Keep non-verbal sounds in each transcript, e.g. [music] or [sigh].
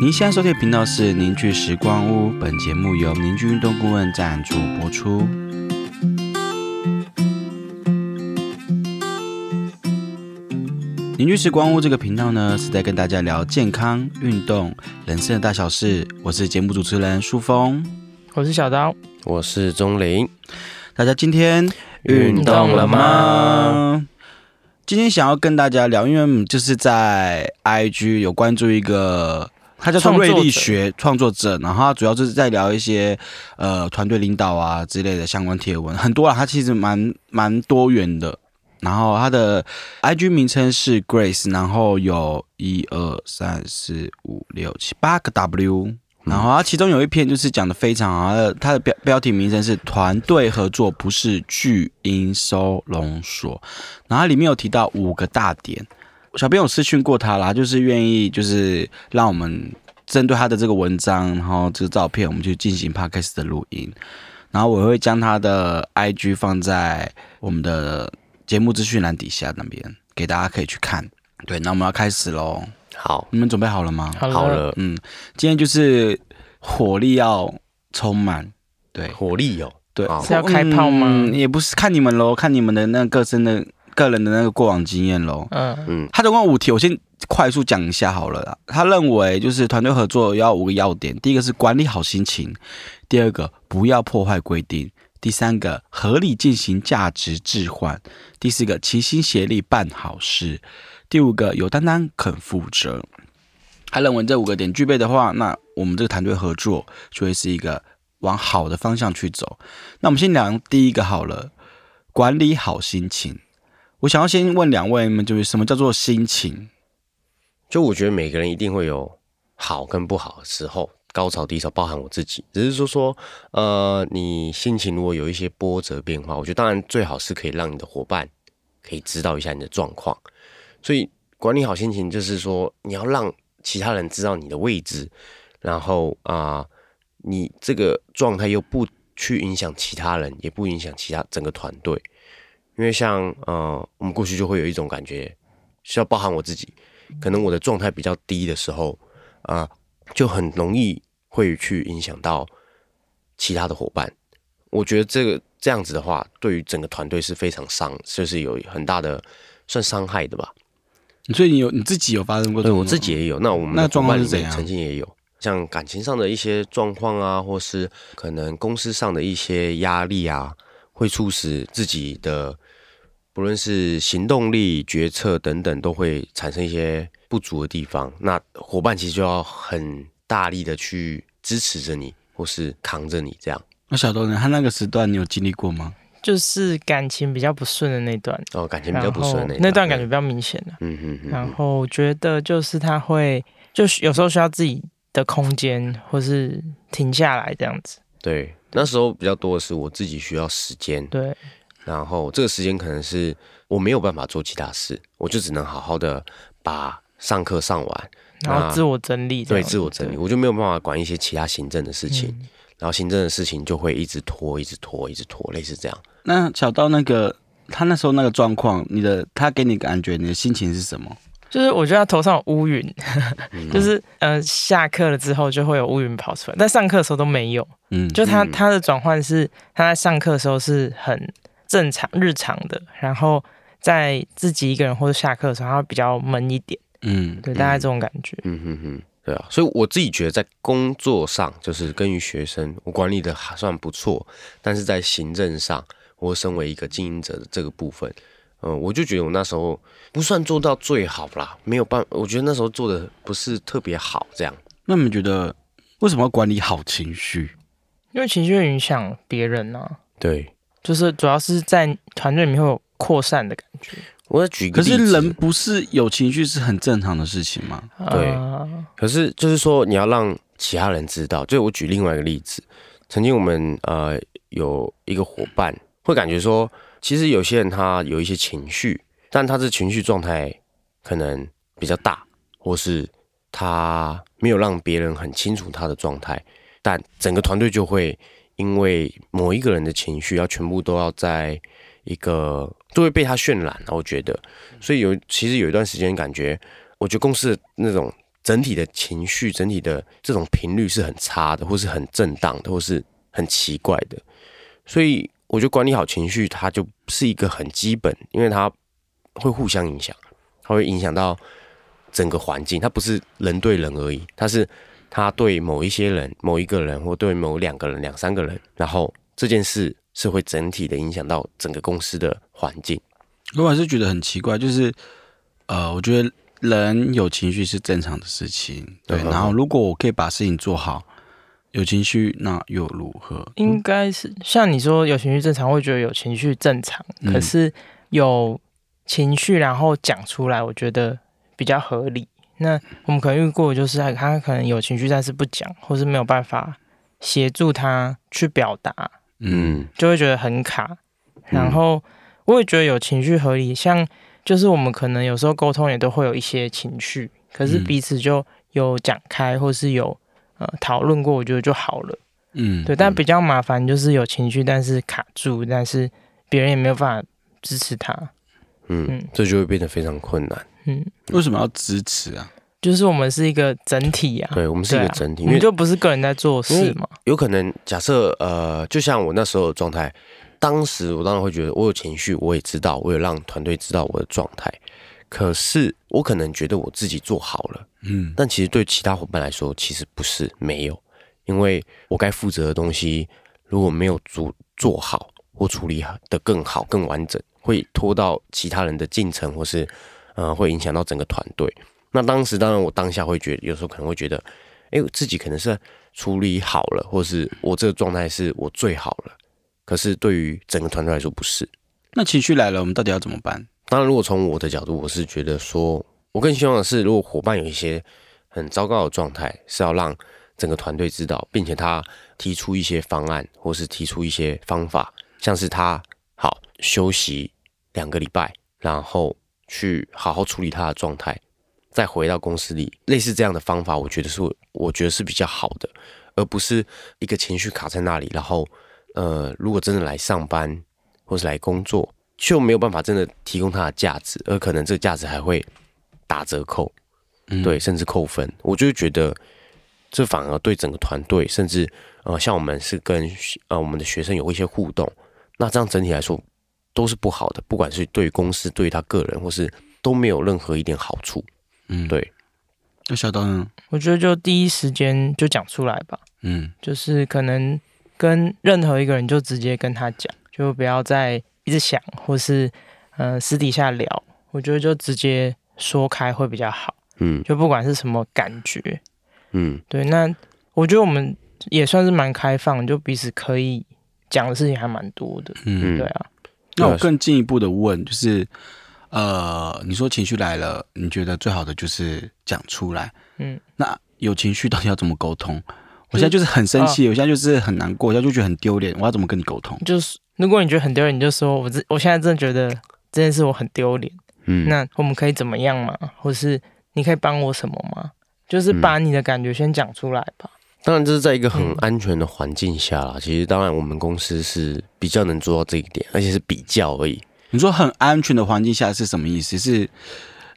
您现在收听的频道是凝聚时光屋，本节目由凝聚运动顾问赞助播出。凝聚时光屋这个频道呢，是在跟大家聊健康、运动、人生的大小事。我是节目主持人舒峰，我是小刀，我是钟林，大家今天运动了吗？嗯，今天想要跟大家聊，因为我们就是在 IG 有关注一个，他叫做创作瑞者丽学创作者，然后他主要就是在聊一些呃团队领导啊之类的相关贴文，很多啊，他其实蛮蛮多元的。然后他的 IG 名称是 Grace，然后有一二三四五六七八个 W，然后他其中有一篇就是讲的非常好，他的他的标标题名称是“团队合作不是巨婴收容所”，然后它里面有提到五个大点，小编有私讯过他啦，他就是愿意就是让我们针对他的这个文章，然后这个照片，我们去进行 podcast 的录音，然后我会将他的 IG 放在我们的节目资讯栏底下那边，给大家可以去看。对，那我们要开始喽，好，你们准备好了吗？好了，好了，嗯，今天就是火力要充满，对火力哦，对，好是要开炮吗嗯也不是看你们喽，看你们的那个真的个人的那个过往经验喽。嗯，他总共五题，我先快速讲一下好了啦。他认为就是团队合作要五个要点，第一个是管理好心情，第二个不要破坏规定，第三个合理进行价值置换，第四个齐心协力办好事，第五个有担当肯负责。他认为这五个点具备的话，那我们这个团队合作就会是一个往好的方向去走。那我们先聊第一个好了，管理好心情。我想要先问两位，你们就是什么叫做心情？就我觉得每个人一定会有好跟不好的时候，高潮低潮，包含我自己。只是说说，呃，你心情如果有一些波折变化，我觉得当然最好是可以让你的伙伴可以知道一下你的状况。所以管理好心情，就是说你要让其他人知道你的位置，然后啊、你这个状态又不去影响其他人，也不影响其他整个团队。因为像呃，我们过去就会有一种感觉，是要包含我自己，可能我的状态比较低的时候啊、就很容易会去影响到其他的伙伴。我觉得这个这样子的话，对于整个团队是非常伤，就是有很大的算伤害的吧。所以你有你自己有发生过这对种哎我自己也有。那我们那的状伙况伴是里怎面样曾经也有，像感情上的一些状况啊，或是可能公司上的一些压力啊，会促使自己的不论是行动力、决策等等，都会产生一些不足的地方。那伙伴其实就要很大力的去支持着你，或是扛着你这样。那小豆呢？他那个时段你有经历过吗？就是感情比较不顺的那段，哦，感情比较不顺然后一那段感觉对比较明显的、嗯嗯嗯嗯，然后我觉得就是他会，就是有时候需要自己的空间，或是停下来这样子，对，那时候比较多的是我自己需要时间，对，然后这个时间可能是我没有办法做其他事，我就只能好好的把上课上完，然后那自我整理这啊对样子，嗯自我整理，我就没有办法管一些其他行政的事情，然后行政的事情就会一直拖，一直拖，一直拖，类似这样。那小豆那个他那时候那个状况，你的他给你感觉你的心情是什么？就是我觉得他头上有乌云， [laughs] 嗯就是呃下课了之后就会有乌云跑出来，但上课的时候都没有。嗯，就他嗯他的转换是他在上课的时候是很正常日常的，然后在自己一个人或者下课的时候，他会比较闷一点，嗯对，大概这种感觉。嗯哼哼，对啊，所以我自己觉得在工作上，就是跟于学生，我管理的还算不错，但是在行政上，我身为一个经营者的这个部分，嗯、我就觉得我那时候不算做到最好啦，没有办，我觉得那时候做的不是特别好，这样。那你们觉得为什么要管理好情绪？因为情绪会影响别人啊，对，就是主要是在团队里面会有扩散的感觉。我要举一可个例是子，人不是有情绪是很正常的事情吗？对啊可是就是说，你要让其他人知道。就我举另外一个例子，曾经我们呃有一个伙伴会感觉说，其实有些人他有一些情绪，但他的情绪状态可能比较大，或是他没有让别人很清楚他的状态，但整个团队就会因为某一个人的情绪，要全部都要在一个都会被他渲染啊。我觉得，所以有其实有一段时间感觉，我觉得公司的那种整体的情绪、整体的这种频率是很差的，或是很震荡的，或是很奇怪的。所以我觉得管理好情绪，它就是一个很基本，因为它会互相影响，它会影响到整个环境。它不是人对人而已，它是他对某一些人、某一个人，或对某两个人、两三个人，然后这件事是会整体的影响到整个公司的环境。我还是觉得很奇怪，就是呃，我觉得人有情绪是正常的事情，对。嗯哼然后如果我可以把事情做好，有情绪那又如何？应该是像你说有情绪正常，会觉得有情绪正常，嗯可是有情绪然后讲出来，我觉得比较合理。那我们可能遇过，就是他可能有情绪，但是不讲，或是没有办法协助他去表达，嗯，就会觉得很卡。然后我也觉得有情绪合理，像就是我们可能有时候沟通也都会有一些情绪，可是嗯彼此就有讲开，或是有呃讨论过，我觉得就好了。嗯，对，但比较麻烦就是有情绪，但是卡住，但是别人也没有办法支持他。嗯，嗯这就会变得非常困难。嗯，为什么要支持啊？就是我们是一个整体啊，对我们是一对个啊整体，我因们为就不是个人在做事嘛。有可能假设呃，就像我那时候的状态，当时我当然会觉得我有情绪，我也知道，我有让团队知道我的状态。可是我可能觉得我自己做好了，嗯但其实对其他伙伴来说，其实不是没有，因为我该负责的东西如果没有做做好或处理的更好、更完整，会拖到其他人的进程，或是呃，会影响到整个团队。那当时当然我当下会觉得，有时候可能会觉得，哎、我自己可能是处理好了，或是我这个状态是我最好了，可是对于整个团队来说不是。那情绪来了，我们到底要怎么办？当然，如果从我的角度，我是觉得说，我更希望的是，如果伙伴有一些很糟糕的状态，是要让整个团队知道，并且他提出一些方案，或是提出一些方法，像是他好休息两个礼拜，然后去好好处理他的状态，再回到公司里，类似这样的方法，我觉得是我觉得是比较好的，而不是一个情绪卡在那里，然后呃，如果真的来上班或是来工作，就没有办法真的提供它的价值，而可能这个价值还会打折扣，嗯对，甚至扣分。我就觉得这反而对整个团队，甚至呃，像我们是跟呃我们的学生有一些互动，那这样整体来说都是不好的，不管是对公司、对他个人，或是都没有任何一点好处。嗯，对。那小刀呢？我觉得就第一时间就讲出来吧，嗯就是可能跟任何一个人就直接跟他讲，就不要再一直想，或是呃私底下聊。我觉得就直接说开会比较好，嗯就不管是什么感觉，嗯对，那我觉得我们也算是蛮开放，就彼此可以讲的事情还蛮多的。嗯，嗯对啊，那我对啊更进一步的问，就是呃，你说情绪来了，你觉得最好的就是讲出来。嗯，那有情绪到底要怎么沟通？我现在就是很生气，我现在就是很难过，我现在就觉得很丢脸，我要怎么跟你沟通？就是如果你觉得很丢脸，你就说我这我现在真的觉得这件事我很丢脸，嗯那我们可以怎么样嘛？或是你可以帮我什么吗？就是嗯把你的感觉先讲出来吧。当然，这是在一个很嗯安全的环境下啦。其实，当然我们公司是比较能做到这一点，而且是比较而已。你说很安全的环境下是什么意思？是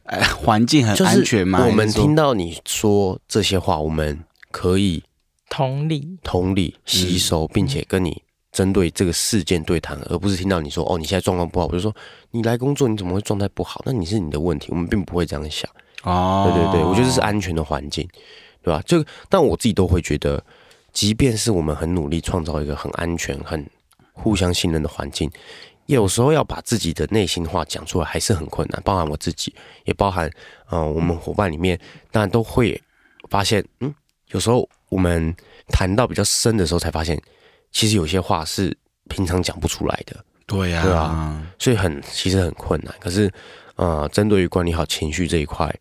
呃环境很就安是全吗？我还们是说听到你说这些话，我们可以同理，同理吸嗯收，并且跟你针对这个事件对谈，而不是听到你说哦，你现在状况不好，我就说你来工作你怎么会状态不好？那你是你的问题，我们并不会这样想。哦，对对对，我觉得这是安全的环境，对吧？这个，但我自己都会觉得，即便是我们很努力创造一个很安全、很互相信任的环境，有时候要把自己的内心话讲出来还是很困难，包含我自己，也包含嗯、呃我们伙伴里面，当然都会发现，嗯，有时候我们谈到比较深的时候，才发现，其实有些话是平常讲不出来的。对呀、对啊所以很其实很困难。可是，呃，针对于管理好情绪这一块，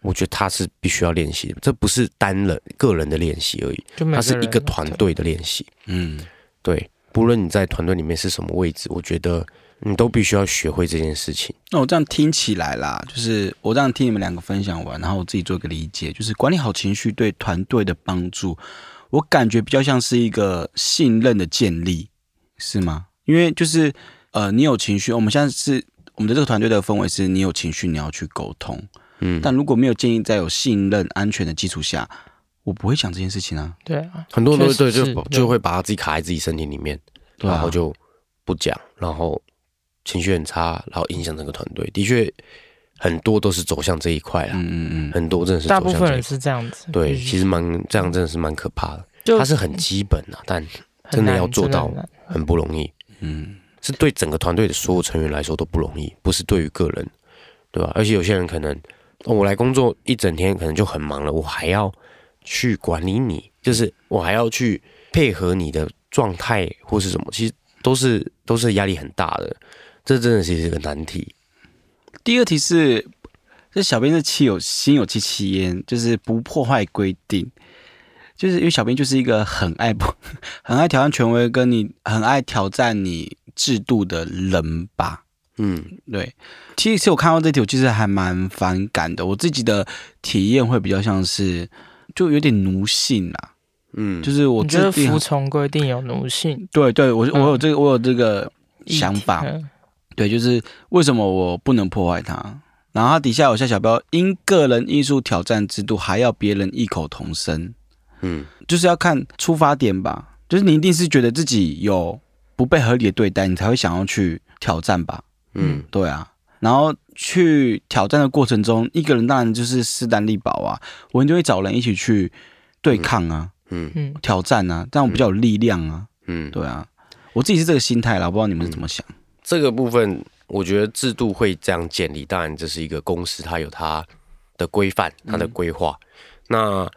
我觉得它是必须要练习的，这不是单人个人的练习而已，就每它个是人一个团队的练习。嗯，对，不论你在团队里面是什么位置，我觉得你都必须要学会这件事情。那我这样听起来啦，就是我这样听你们两个分享完，然后我自己做一个理解，就是管理好情绪对团队的帮助，我感觉比较像是一个信任的建立，是吗？因为就是呃，你有情绪，我们现在是我们的这个团队的氛围是你有情绪，你要去沟通，嗯，但如果没有建立在有信任、安全的基础下，我不会讲这件事情啊，对啊，很多人都确对实就是就会把它自己卡在自己身体里面，对啊然后就不讲，然后情绪很差，然后影响整个团队。的确，很多都是走向这一块啦，嗯嗯嗯，很多真的是大走部向分这一人块。嗯是这样子，对，必须其实蛮这样，真的是蛮可怕的。就它是很基本啊，但很真的难要做真的到很难很不容易。嗯，是对整个团队的所有成员来说都不容易，不是对于个人，对吧？而且有些人可能，哦、我来工作一整天，可能就很忙了，我还要去管理你，就是我还要去配合你的状态或是什么，其实都是都是压力很大的，这真的是一个难题。第二题是，这小编是妻有心有戚戚焉，就是不破坏规定。就是因为小编就是一个很爱不 [laughs] 很爱挑战权威，跟你很爱挑战你制度的人吧。嗯，对，其实我看到这题，我其实还蛮反感的。我自己的体验会比较像是，就有点奴性啦。嗯，就是我你觉得自己很服从规定有奴性对对，我我有这个我有这个议题想法，嗯对，就是为什么我不能破坏它？然后它底下有下小标，因个人艺术挑战制度，还要别人异口同声，嗯就是要看出发点吧。就是你一定是觉得自己有不被合理的对待，你才会想要去挑战吧。嗯对啊，然后去挑战的过程中，一个人当然就是势单力薄啊，我们就会找人一起去对抗啊、嗯嗯，挑战啊，这样比较有力量啊。嗯，对啊，我自己是这个心态啦，我不知道你们是怎么想。这个部分我觉得制度会这样建立，当然这是一个公司，它有它的规范、它的规划。那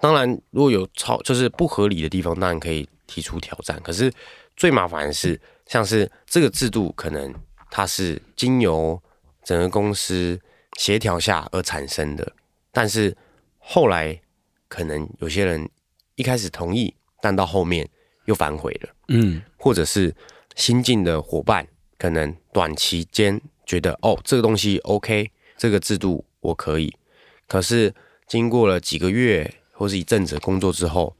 当然，如果有超就是不合理的地方，当然可以提出挑战。可是最麻烦的是，像是这个制度可能它是经由整个公司协调下而产生的，但是后来可能有些人一开始同意，但到后面又反悔了。嗯或者是新进的伙伴，可能短期间觉得哦，这个东西 OK，这个制度我可以，可是经过了几个月或是一阵子的工作之后，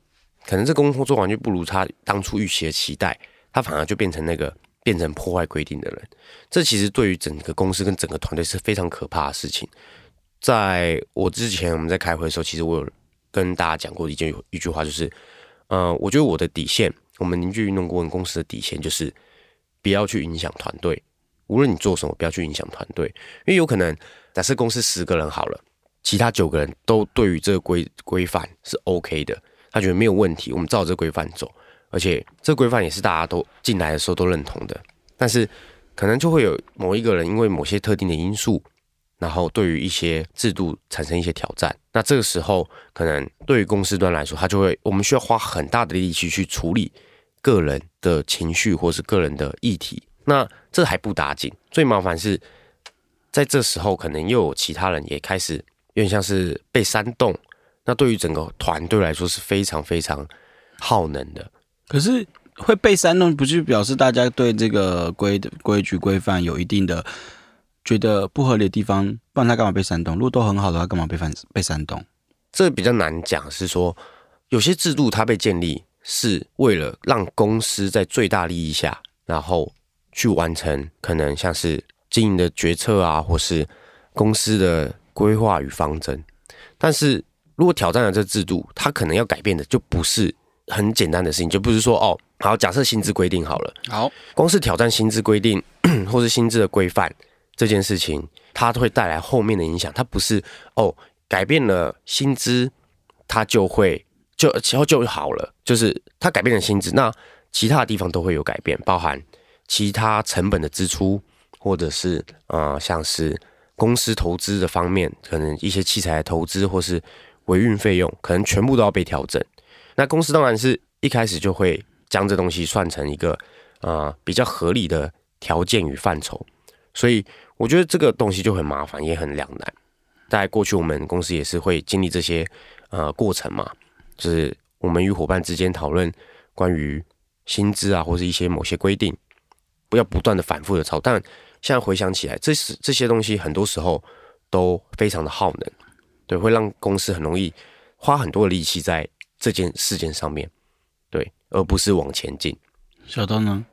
可能这工作做完就不如他当初预期的期待，他反而就变成那个变成破坏规定的人。这其实对于整个公司跟整个团队是非常可怕的事情。在我之前我们在开会的时候，其实我有跟大家讲过一件一句话，就是，呃，我觉得我的底线，我们凝聚运动顾问公司的底线就是不要去影响团队，无论你做什么，不要去影响团队，因为有可能假设公司十个人好了，其他九个人都对于这个规规范是 OK 的，他觉得没有问题，我们照着这规范走，而且这规范也是大家都进来的时候都认同的，但是可能就会有某一个人因为某些特定的因素，然后对于一些制度产生一些挑战。那这个时候，可能对于公司端来说，他就会我们需要花很大的力气去处理个人的情绪或是个人的议题。那这还不打紧，最麻烦是在这时候，可能又有其他人也开始有点像是被煽动。那对于整个团队来说是非常非常耗能的。可是会被煽动，不是表示大家对这个规规矩规范有一定的觉得不合理的地方，不然他干嘛被煽动？如果都很好的话，干嘛被反被煽动？这比较难讲，是说有些制度它被建立是为了让公司在最大利益下，然后去完成可能像是经营的决策啊，或是公司的规划与方针。但是如果挑战了这制度，它可能要改变的就不是很简单的事情，就不是说哦，好，假设薪资规定好了。好，光是挑战薪资规定 [clears throat] 或是薪资的规范这件事情，它会带来后面的影响。它不是哦，改变了薪资，它就会就其后就好了，就是它改变了薪资，那其他的地方都会有改变，包含其他成本的支出，或者是呃像是公司投资的方面，可能一些器材的投资或是维运费用，可能全部都要被调整。那公司当然是一开始就会将这东西算成一个呃比较合理的条件与范畴，所以我觉得这个东西就很麻烦，也很两难。在过去我们公司也是会经历这些呃过程嘛，就是我们与伙伴之间讨论关于薪资啊，或是一些某些规定，不要不断的反复的操。但现在回想起来，这是这些东西很多时候都非常的耗能，对，会让公司很容易花很多的力气在这件事件上面，对，而不是往前进。小东呢？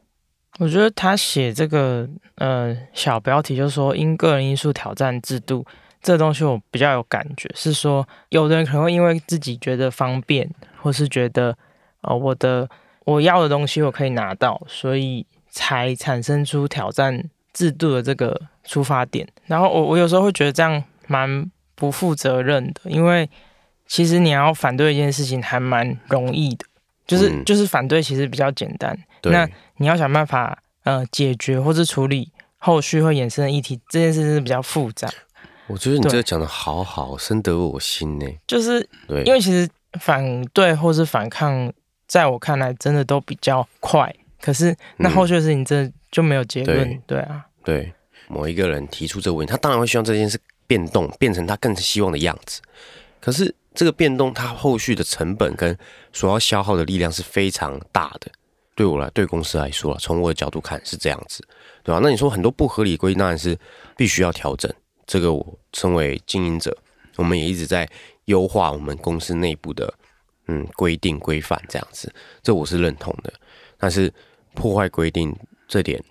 我觉得他写这个呃小标题，就是说因个人因素挑战制度，这东西我比较有感觉，是说有的人可能会因为自己觉得方便，或是觉得呃我的我要的东西我可以拿到，所以才产生出挑战制度的这个出发点。然后我我有时候会觉得这样蛮不负责任的，因为其实你要反对一件事情还蛮容易的，就是、嗯就是反对其实比较简单，对，那你要想办法呃解决或是处理后续会衍生的议题，这件事是比较复杂。我觉得你对这个讲的好好，深得我心呢。就是对，因为其实反对或是反抗，在我看来真的都比较快，可是那嗯后续的事情真的就没有结论。对对啊，对某一个人提出这个问题，他当然会希望这件事变动，变成他更希望的样子。可是这个变动，它后续的成本跟所要消耗的力量是非常大的。对我来，对公司来说啊，从我的角度看是这样子，对吧、那你说很多不合理的规定，当然是必须要调整。这个我身为经营者，我们也一直在优化我们公司内部的嗯规定规范这样子，这我是认同的。但是破坏规定这点，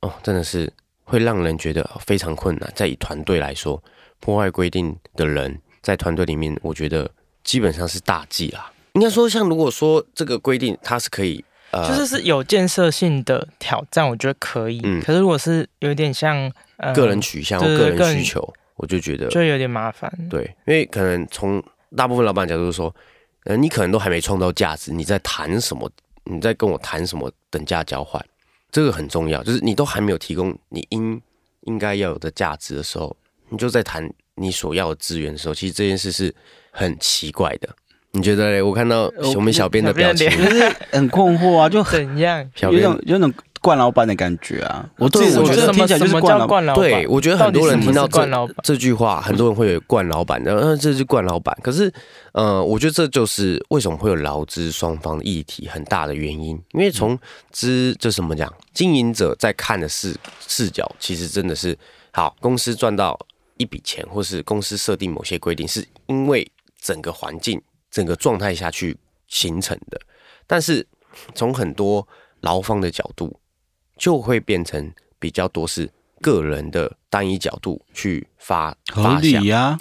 哦，真的是会让人觉得非常困难。在以团队来说，破坏规定的人在团队里面，我觉得基本上是大忌啦。应该说，像如果说这个规定它是可以，呃，就是是有建设性的挑战，我觉得可以。嗯可是如果是有点像、呃、个人取向、或对个对人个人需求，我就觉得就有点麻烦。对，因为可能从大部分老板角度说，呃，你可能都还没创造价值，你在谈什么？你在跟我谈什么等价交换？这个很重要，就是你都还没有提供你应应该要有的价值的时候，你就在谈你所要的资源的时候，其实这件事是很奇怪的。你觉得嘞？我看到呃我们小编的表情小，编的脸很困惑啊， [laughs] 就很怎样？小有一编种有一种惯老板的感觉啊。我自己对我觉觉得得什听么起来什就是么惯叫老板，惯老板？对，我觉得很多人听到底什么是惯这老板这句话，很多人会有惯老板的，呃，这是惯老板。可是，呃，我觉得这就是为什么会有劳资双方的议题很大的原因，因为从资这怎么讲，经营者在看的视视角，其实真的是好公司赚到一笔钱，或是公司设定某些规定，是因为整个环境、整个状态下去形成的。但是从很多劳方的角度，就会变成比较多是个人的单一角度去发合发想理。啊呀、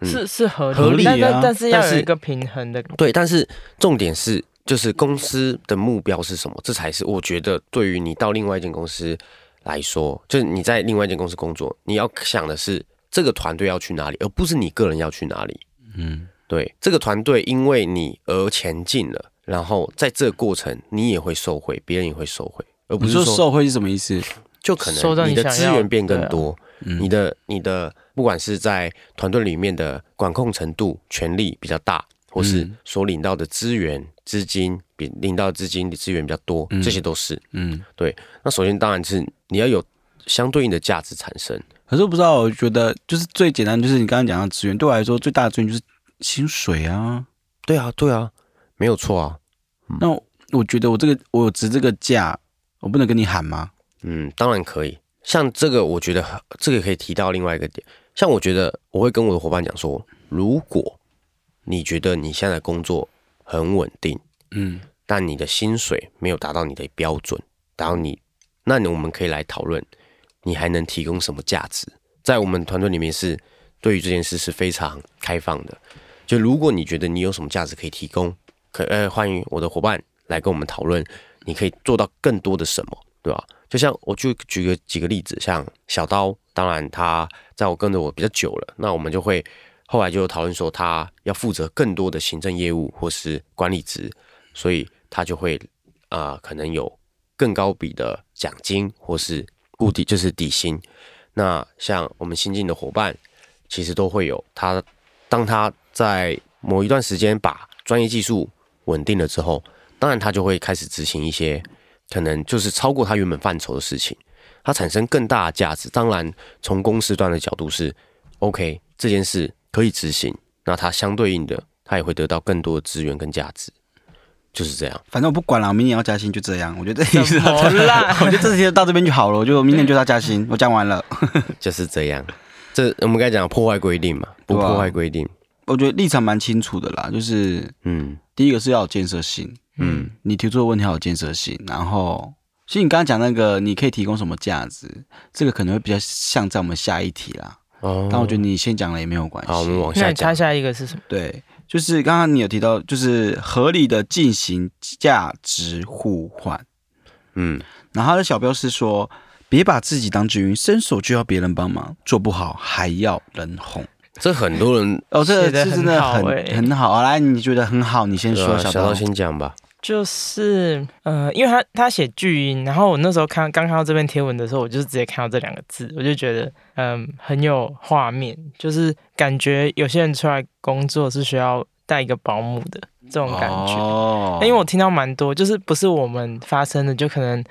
嗯是是合理，合理啊但但但是但要是有一个平衡的。对，但是重点是，就是公司的目标是什么？这才是我觉得对于你到另外一间公司来说，就是你在另外一间公司工作，你要想的是这个团队要去哪里，而不是你个人要去哪里。嗯，对，这个团队因为你而前进了，然后在这个过程你也会受贿，别人也会受贿，而不你是说说受贿是什么意思？就可收到能你你的想资要源变对更啊多，嗯你的你的不管是在团队里面的管控程度、权力比较大，或是嗯所领到的资源、资金比领到的资金、资源比较多，嗯这些都是。嗯，那首先当然是你要有相对应的价值产生，可是我不知道，我觉得就是最简单，就是你刚刚讲的资源，对我来说最大的资源就是薪水啊。对啊，对啊，没有错啊。那我我觉得我这个我有值这个价，我不能跟你喊吗？嗯，当然可以。像这个，我觉得很这个可以提到另外一个点。像我觉得，我会跟我的伙伴讲说，如果你觉得你现在的工作很稳定，嗯，但你的薪水没有达到你的标准，达到你，那你我们可以来讨论，你还能提供什么价值？在我们团队里面是对于这件事是非常开放的。就如果你觉得你有什么价值可以提供，可呃欢迎我的伙伴来跟我们讨论，你可以做到更多的什么，对吧？就像我就举个几个例子，像小刀，当然他在我跟着我比较久了，那我们就会后来就讨论说他要负责更多的行政业务或是管理职，所以他就会啊、呃可能有更高比的奖金或是固定就是底薪。那像我们新进的伙伴，其实都会有他，当他在某一段时间把专业技术稳定了之后，当然他就会开始执行一些可能就是超过他原本范畴的事情，它产生更大的价值。当然，从公司端的角度是 OK，这件事可以执行，那它相对应的，它也会得到更多的资源跟价值，就是这样。反正我不管了，我明年要加薪就这样。我觉得这怎么啦 [laughs] 我觉得这些到这边就好了。我觉得我明年就要加薪，我讲完了。就是这样。这我们刚才讲破坏规定嘛，不对啊破坏规定，我觉得立场蛮清楚的啦，就是嗯第一个是要有建设性，嗯，你提出的问题要有建设性，然后。其实你刚刚讲那个，你可以提供什么价值？这个可能会比较像在我们下一题啦。哦但我觉得你先讲了也没有关好，我系。们往那下你猜讲。下一个是什么？对，就是刚刚你有提到，就是合理的进行价值互换。嗯，然后他的小标是说：“别把自己当至云，伸手就要别人帮忙，做不好还要人哄。这很多人”哦，这写得这真的很很好欸很好。来，你觉得很好，你先对啊说，小小刀刀。先讲吧。就是呃，因为他他写巨婴，然后我那时候看刚看到这篇贴文的时候，我就直接看到这两个字，我就觉得嗯、很有画面，就是感觉有些人出来工作是需要带一个保姆的这种感觉。哦那因为我听到蛮多，就是不是我们发生的，就可能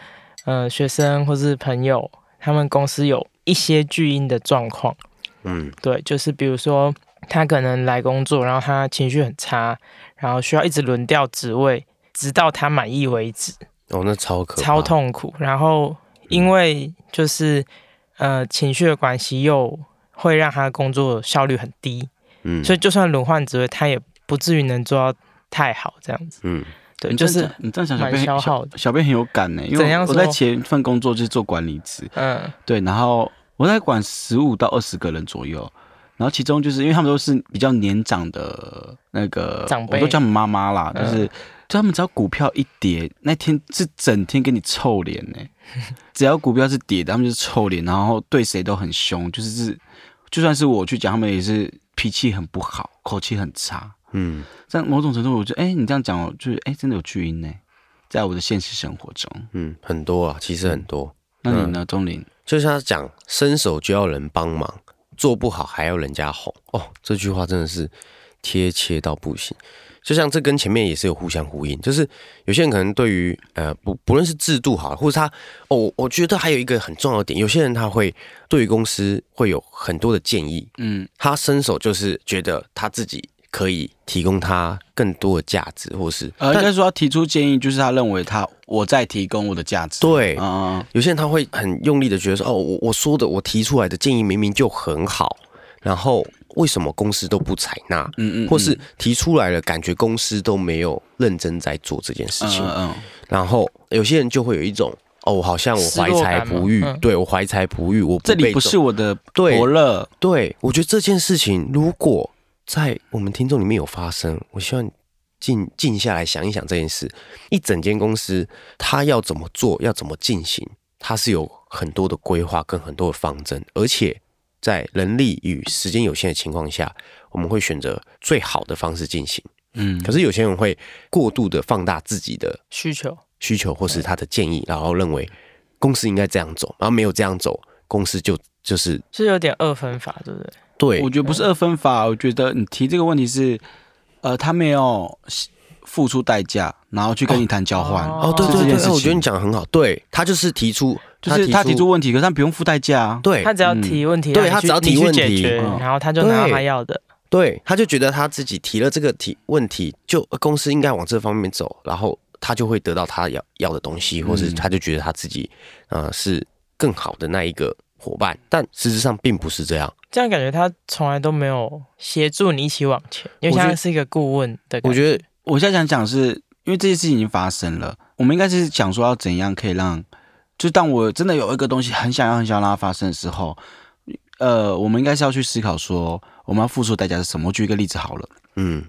呃学生或是朋友，他们公司有一些巨婴的状况，嗯，对，就是比如说他可能来工作，然后他情绪很差，然后需要一直轮调职位，直到他满意为止，哦，那超可怕超。痛苦。然后因为就是呃情绪的关系，又会让他工作效率很低，嗯，所以就算轮换职位，他也不至于能做到太好这样子。嗯，对，你就这样是讲你这样想，小蛮编消小耗的小编很有感呢、因怎为样我说我在前一份工作就是做管理职，嗯对，然后我在管十五到二十个人左右，然后其中就是因为他们都是比较年长的那个长辈我都叫他们妈妈啦，嗯就是、就他们只要股票一跌，那天是整天跟你臭脸呢、 [laughs] 只要股票是跌的，他们就是臭脸，然后对谁都很凶，就是是就算是我去讲，他们也是脾气很不好，口气很差。嗯，在某种程度，我觉得，哎、你这样讲，我就是，哎、真的有巨婴呢，在我的现实生活中。嗯，很多啊，其实很多。那你呢，钟林？就像他讲，伸手就要人帮忙，做不好还要人家哄。哦，这句话真的是贴切到不行。就像这跟前面也是有互相呼应，就是有些人可能对于呃不不论是制度好，或者他哦，我我觉得还有一个很重要的点，有些人他会对于公司会有很多的建议，嗯，他伸手就是觉得他自己可以提供他更多的价值，或是呃，应该说他提出建议，就是他认为他我在提供我的价值。对嗯嗯，有些人他会很用力的觉得说，哦，我我说的我提出来的建议明明就很好，然后为什么公司都不采纳，嗯嗯，或是提出来了，感觉公司都没有认真在做这件事嗯情，嗯嗯，然后有些人就会有一种，哦，我好像我怀才不失遇落感，吗嗯对我怀才不遇，我这被里不重是我的对伯乐。对，我觉得这件事情如果在我们听众里面有发生，我希望静静下来想一想这件事。一整间公司它要怎么做，要怎么进行，它是有很多的规划跟很多的方针，而且在人力与时间有限的情况下，我们会选择最好的方式进行。嗯，可是有些人会过度的放大自己的需求，需求或是他的建议，然后认为公司应该这样走，然后没有这样走，公司就就是是有点二分法，对不对？对我觉得不是二分法，我觉得你提这个问题是，呃，他没有付出代价，然后去跟你谈交换。哦哦，对是对这对，件事哎我觉得情你讲的很好。对他就是提出，就是他提出，问题，可是他不用付代价啊。对他只要提问题，哎嗯对让你他去只要提你去问解题哦决嗯然后他就拿到对他要的。对，他就觉得他自己提了这个提问题，就呃公司应该往这方面走，然后他就会得到他要要的东西，或是嗯他就觉得他自己呃是更好的那一个伙伴，但事实上并不是这样。这样感觉他从来都没有协助你一起往前，因为我觉得他是一个顾问的我得觉得我现在想讲是，因为这件事情已经发生了，我们应该是想说要怎样可以让，就当我真的有一个东西很想要、很想要让它发生的时候，呃，我们应该是要去思考说，我们要付出的代价是什么。我举一个例子好了，嗯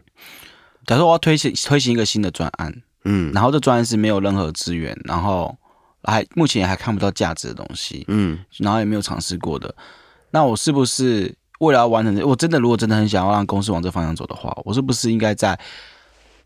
假如说我要推行推行一个新的专案，嗯然后这专案是没有任何资源，然后还目前也还看不到价值的东西，嗯然后也没有尝试过的，那我是不是为了要完成这，我真的如果真的很想要让公司往这方向走的话，我是不是应该在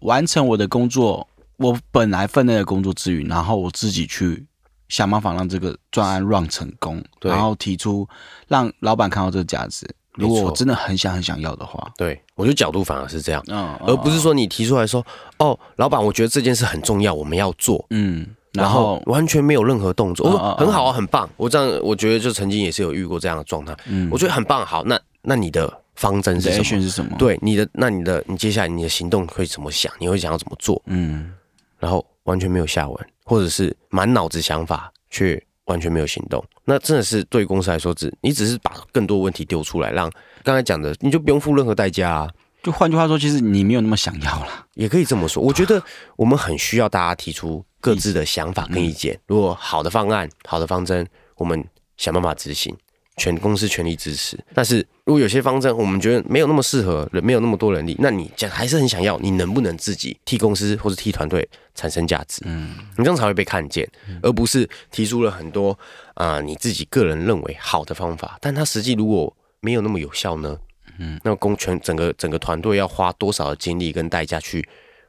完成我的工作，我本来分内的工作之余，然后我自己去想办法让这个专案 run 成功，对然后提出让老板看到这个价值。没如错果我真的很想很想要的话，对，我觉得角度反而是这样，嗯，而不是说你提出来说，哦，老板，我觉得这件事很重要，我们要做，嗯，然然后后完全没有任何动作，嗯嗯我说很好啊，很棒。我这样，我觉得就曾经也是有遇过这样的状态，嗯，我觉得很棒。好，那那你的方针你是的什 action 么？是什么？，对，你的那你的你接下来你的行动会怎么想？你会想要怎么做？嗯然后完全没有下文，或者是满脑子想法却完全没有行动，那真的是对公司来说只你只是把更多问题丢出来，让刚才讲的你就不用付任何代价啊。就换句话说，其实你没有那么想要啦。也可以这么啊说，我觉得我们很需要大家提出各嗯自的想法跟意见。如果好的方案、好的方针，我们想办法执行；全公司全力支持。但是如果有些方针我们觉得没有那么适合，人没有那么多人力，那你讲还是很想要，你能不能自己替公司或是替团队产生价值？嗯，你这样才会被看见，而不是提出了很多啊、你自己个人认为好的方法，但它实际如果没有那么有效呢？嗯，那公全整个整个团队要花多少的精力跟代价去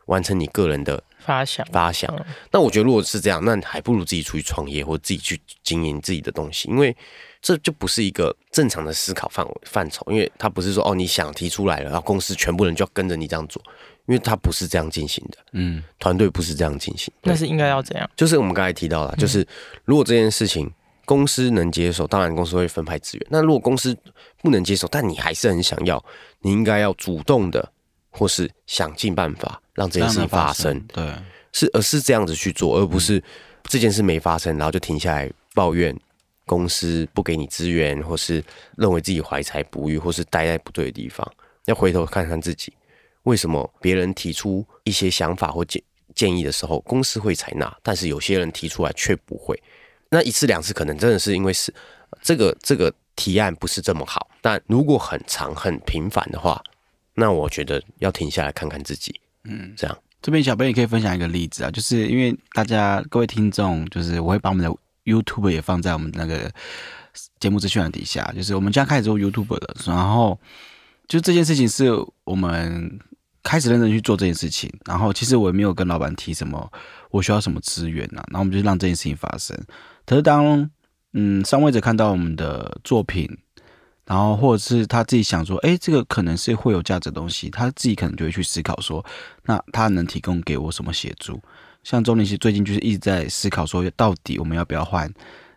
完成你个人的发想，发想？嗯那我觉得如果是这样，那你还不如自己出去创业或自己去经营自己的东西，因为这就不是一个正常的思考范围范畴，因为它不是说哦你想提出来了，然后公司全部人就要跟着你这样做，因为它不是这样进行的，嗯团队不是这样进行的那。是应该要怎样？就是我们刚才提到了，就是如果这件事情公司能接受，当然公司会分派资源。那如果公司不能接受，但你还是很想要，你应该要主动的，或是想尽办法让这件事情发生，对，是而是这样子去做，而不是这件事没发生，然后就停下来抱怨公司不给你资源，或是认为自己怀才不遇，或是待在不对的地方。要回头看看自己，为什么别人提出一些想法或建建议的时候，公司会采纳，但是有些人提出来却不会。那一次两次可能真的是因为是这个这个提案不是这么好，但如果很长很频繁的话，那我觉得要停下来看看自己，嗯，这样。这边小贝也可以分享一个例子啊，就是因为大家各位听众，就是我会把我们的 YouTube 也放在我们那个节目资讯栏底下，就是我们将开始做 YouTube 的，然后就这件事情是我们开始认真去做这件事情，然后其实我也没有跟老板提什么我需要什么资源啊，然后我们就让这件事情发生。可是当嗯上位者看到我们的作品，然后或者是他自己想说，哎，这个可能是会有价值的东西，他自己可能就会去思考说，那他能提供给我什么协助？像钟林其实最近就是一直在思考说，到底我们要不要换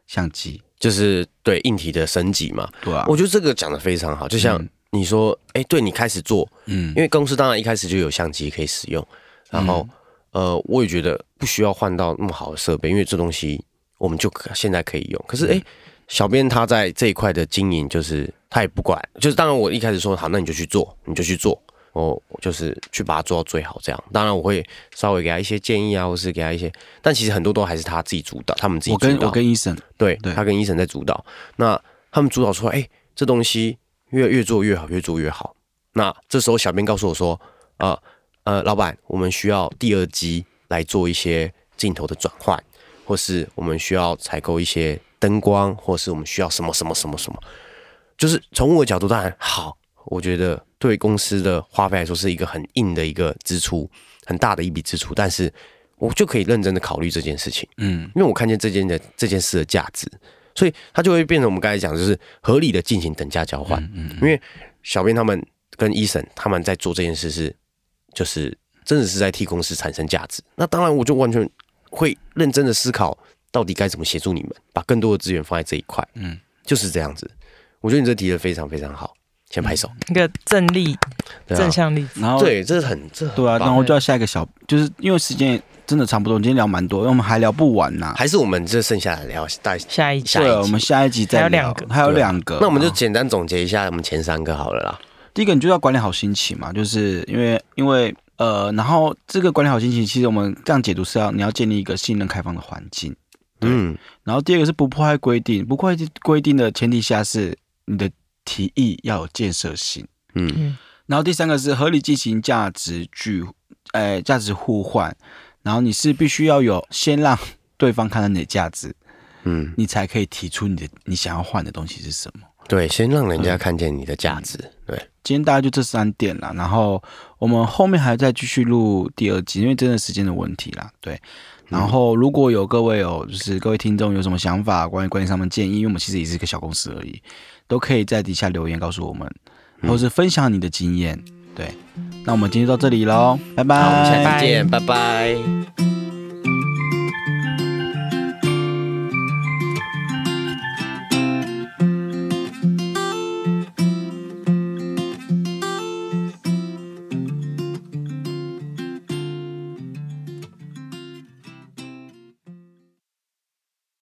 相机？就是对硬体的升级嘛。对啊，我觉得这个讲的非常好，就像你说，哎、对你开始做，嗯因为公司当然一开始就有相机可以使用，然后、呃，我也觉得不需要换到那么好的设备，因为这东西我们就可现在可以用。嗯可是哎、诶小编他在这一块的经营，就是他也不管，就是当然我一开始说好，那你就去做，你就去做。我我就是去把它做到最好，这样。当然我会稍微给他一些建议啊，或是给他一些，但其实很多都还是他自己主导，他们自己我主导。跟我跟医生，对，对他跟医生在主导。那他们主导说，哎、这东西越越做越好，越做越好。那这时候小编告诉我说，啊呃老板，我们需要第二机来做一些镜头的转换，或是我们需要采购一些灯光，或是我们需要什么什么什么什么。就是从我的角度，当然好，我觉得对公司的花费来说是一个很硬的一个支出，很大的一笔支出，但是我就可以认真的考虑这件事情。嗯因为我看见这件的这件事的价值，所以它就会变成我们刚才讲，就是合理的进行等价交换。嗯因为小编他们跟医生他们在做这件事是，就是真的是在替公司产生价值。那当然，我就完全会认真的思考，到底该怎么协助你们，把更多的资源放在这一块，嗯，就是这样子。我觉得你这提的非常非常好，先拍手。嗯一个正例、对啊正向例子，然后对，这是很这很对啊，棒然后就要下一个小，就是因为时间也真的差不多，我们今天聊蛮多，因为我们还聊不完呐、还是我们这剩下来聊大下一集下一集对，啊我们下一集再还有聊两个还有两个，嗯那我们就然后简单总结一下我们前三个好了啦。第一个，你就要管理好心情嘛，就是因为因为呃，然后这个管理好心情，其实我们这样解读是要你要建立一个信任开放的环境。对嗯，然后第二个是不破坏规定，不破坏规定的前提下是你的提议要有建设性。嗯嗯，然后第三个是合理进行价值聚，呃，价值互换。然后你是必须要有先让对方看到你的价值，嗯，你才可以提出你的你想要换的东西是什么。对，先让人家看见你的价值。对，今天大概就这三点啦，然后我们后面还再继续录第二集，因为真的时间的问题啦，对。然后如果有各位有就是各位听众有什么想法，关于观点上面建议，因为我们其实也是一个小公司而已，都可以在底下留言告诉我们，或是分享你的经验，对。那我们今天就到这里喽，拜拜，好，我们拜下拜次见，拜拜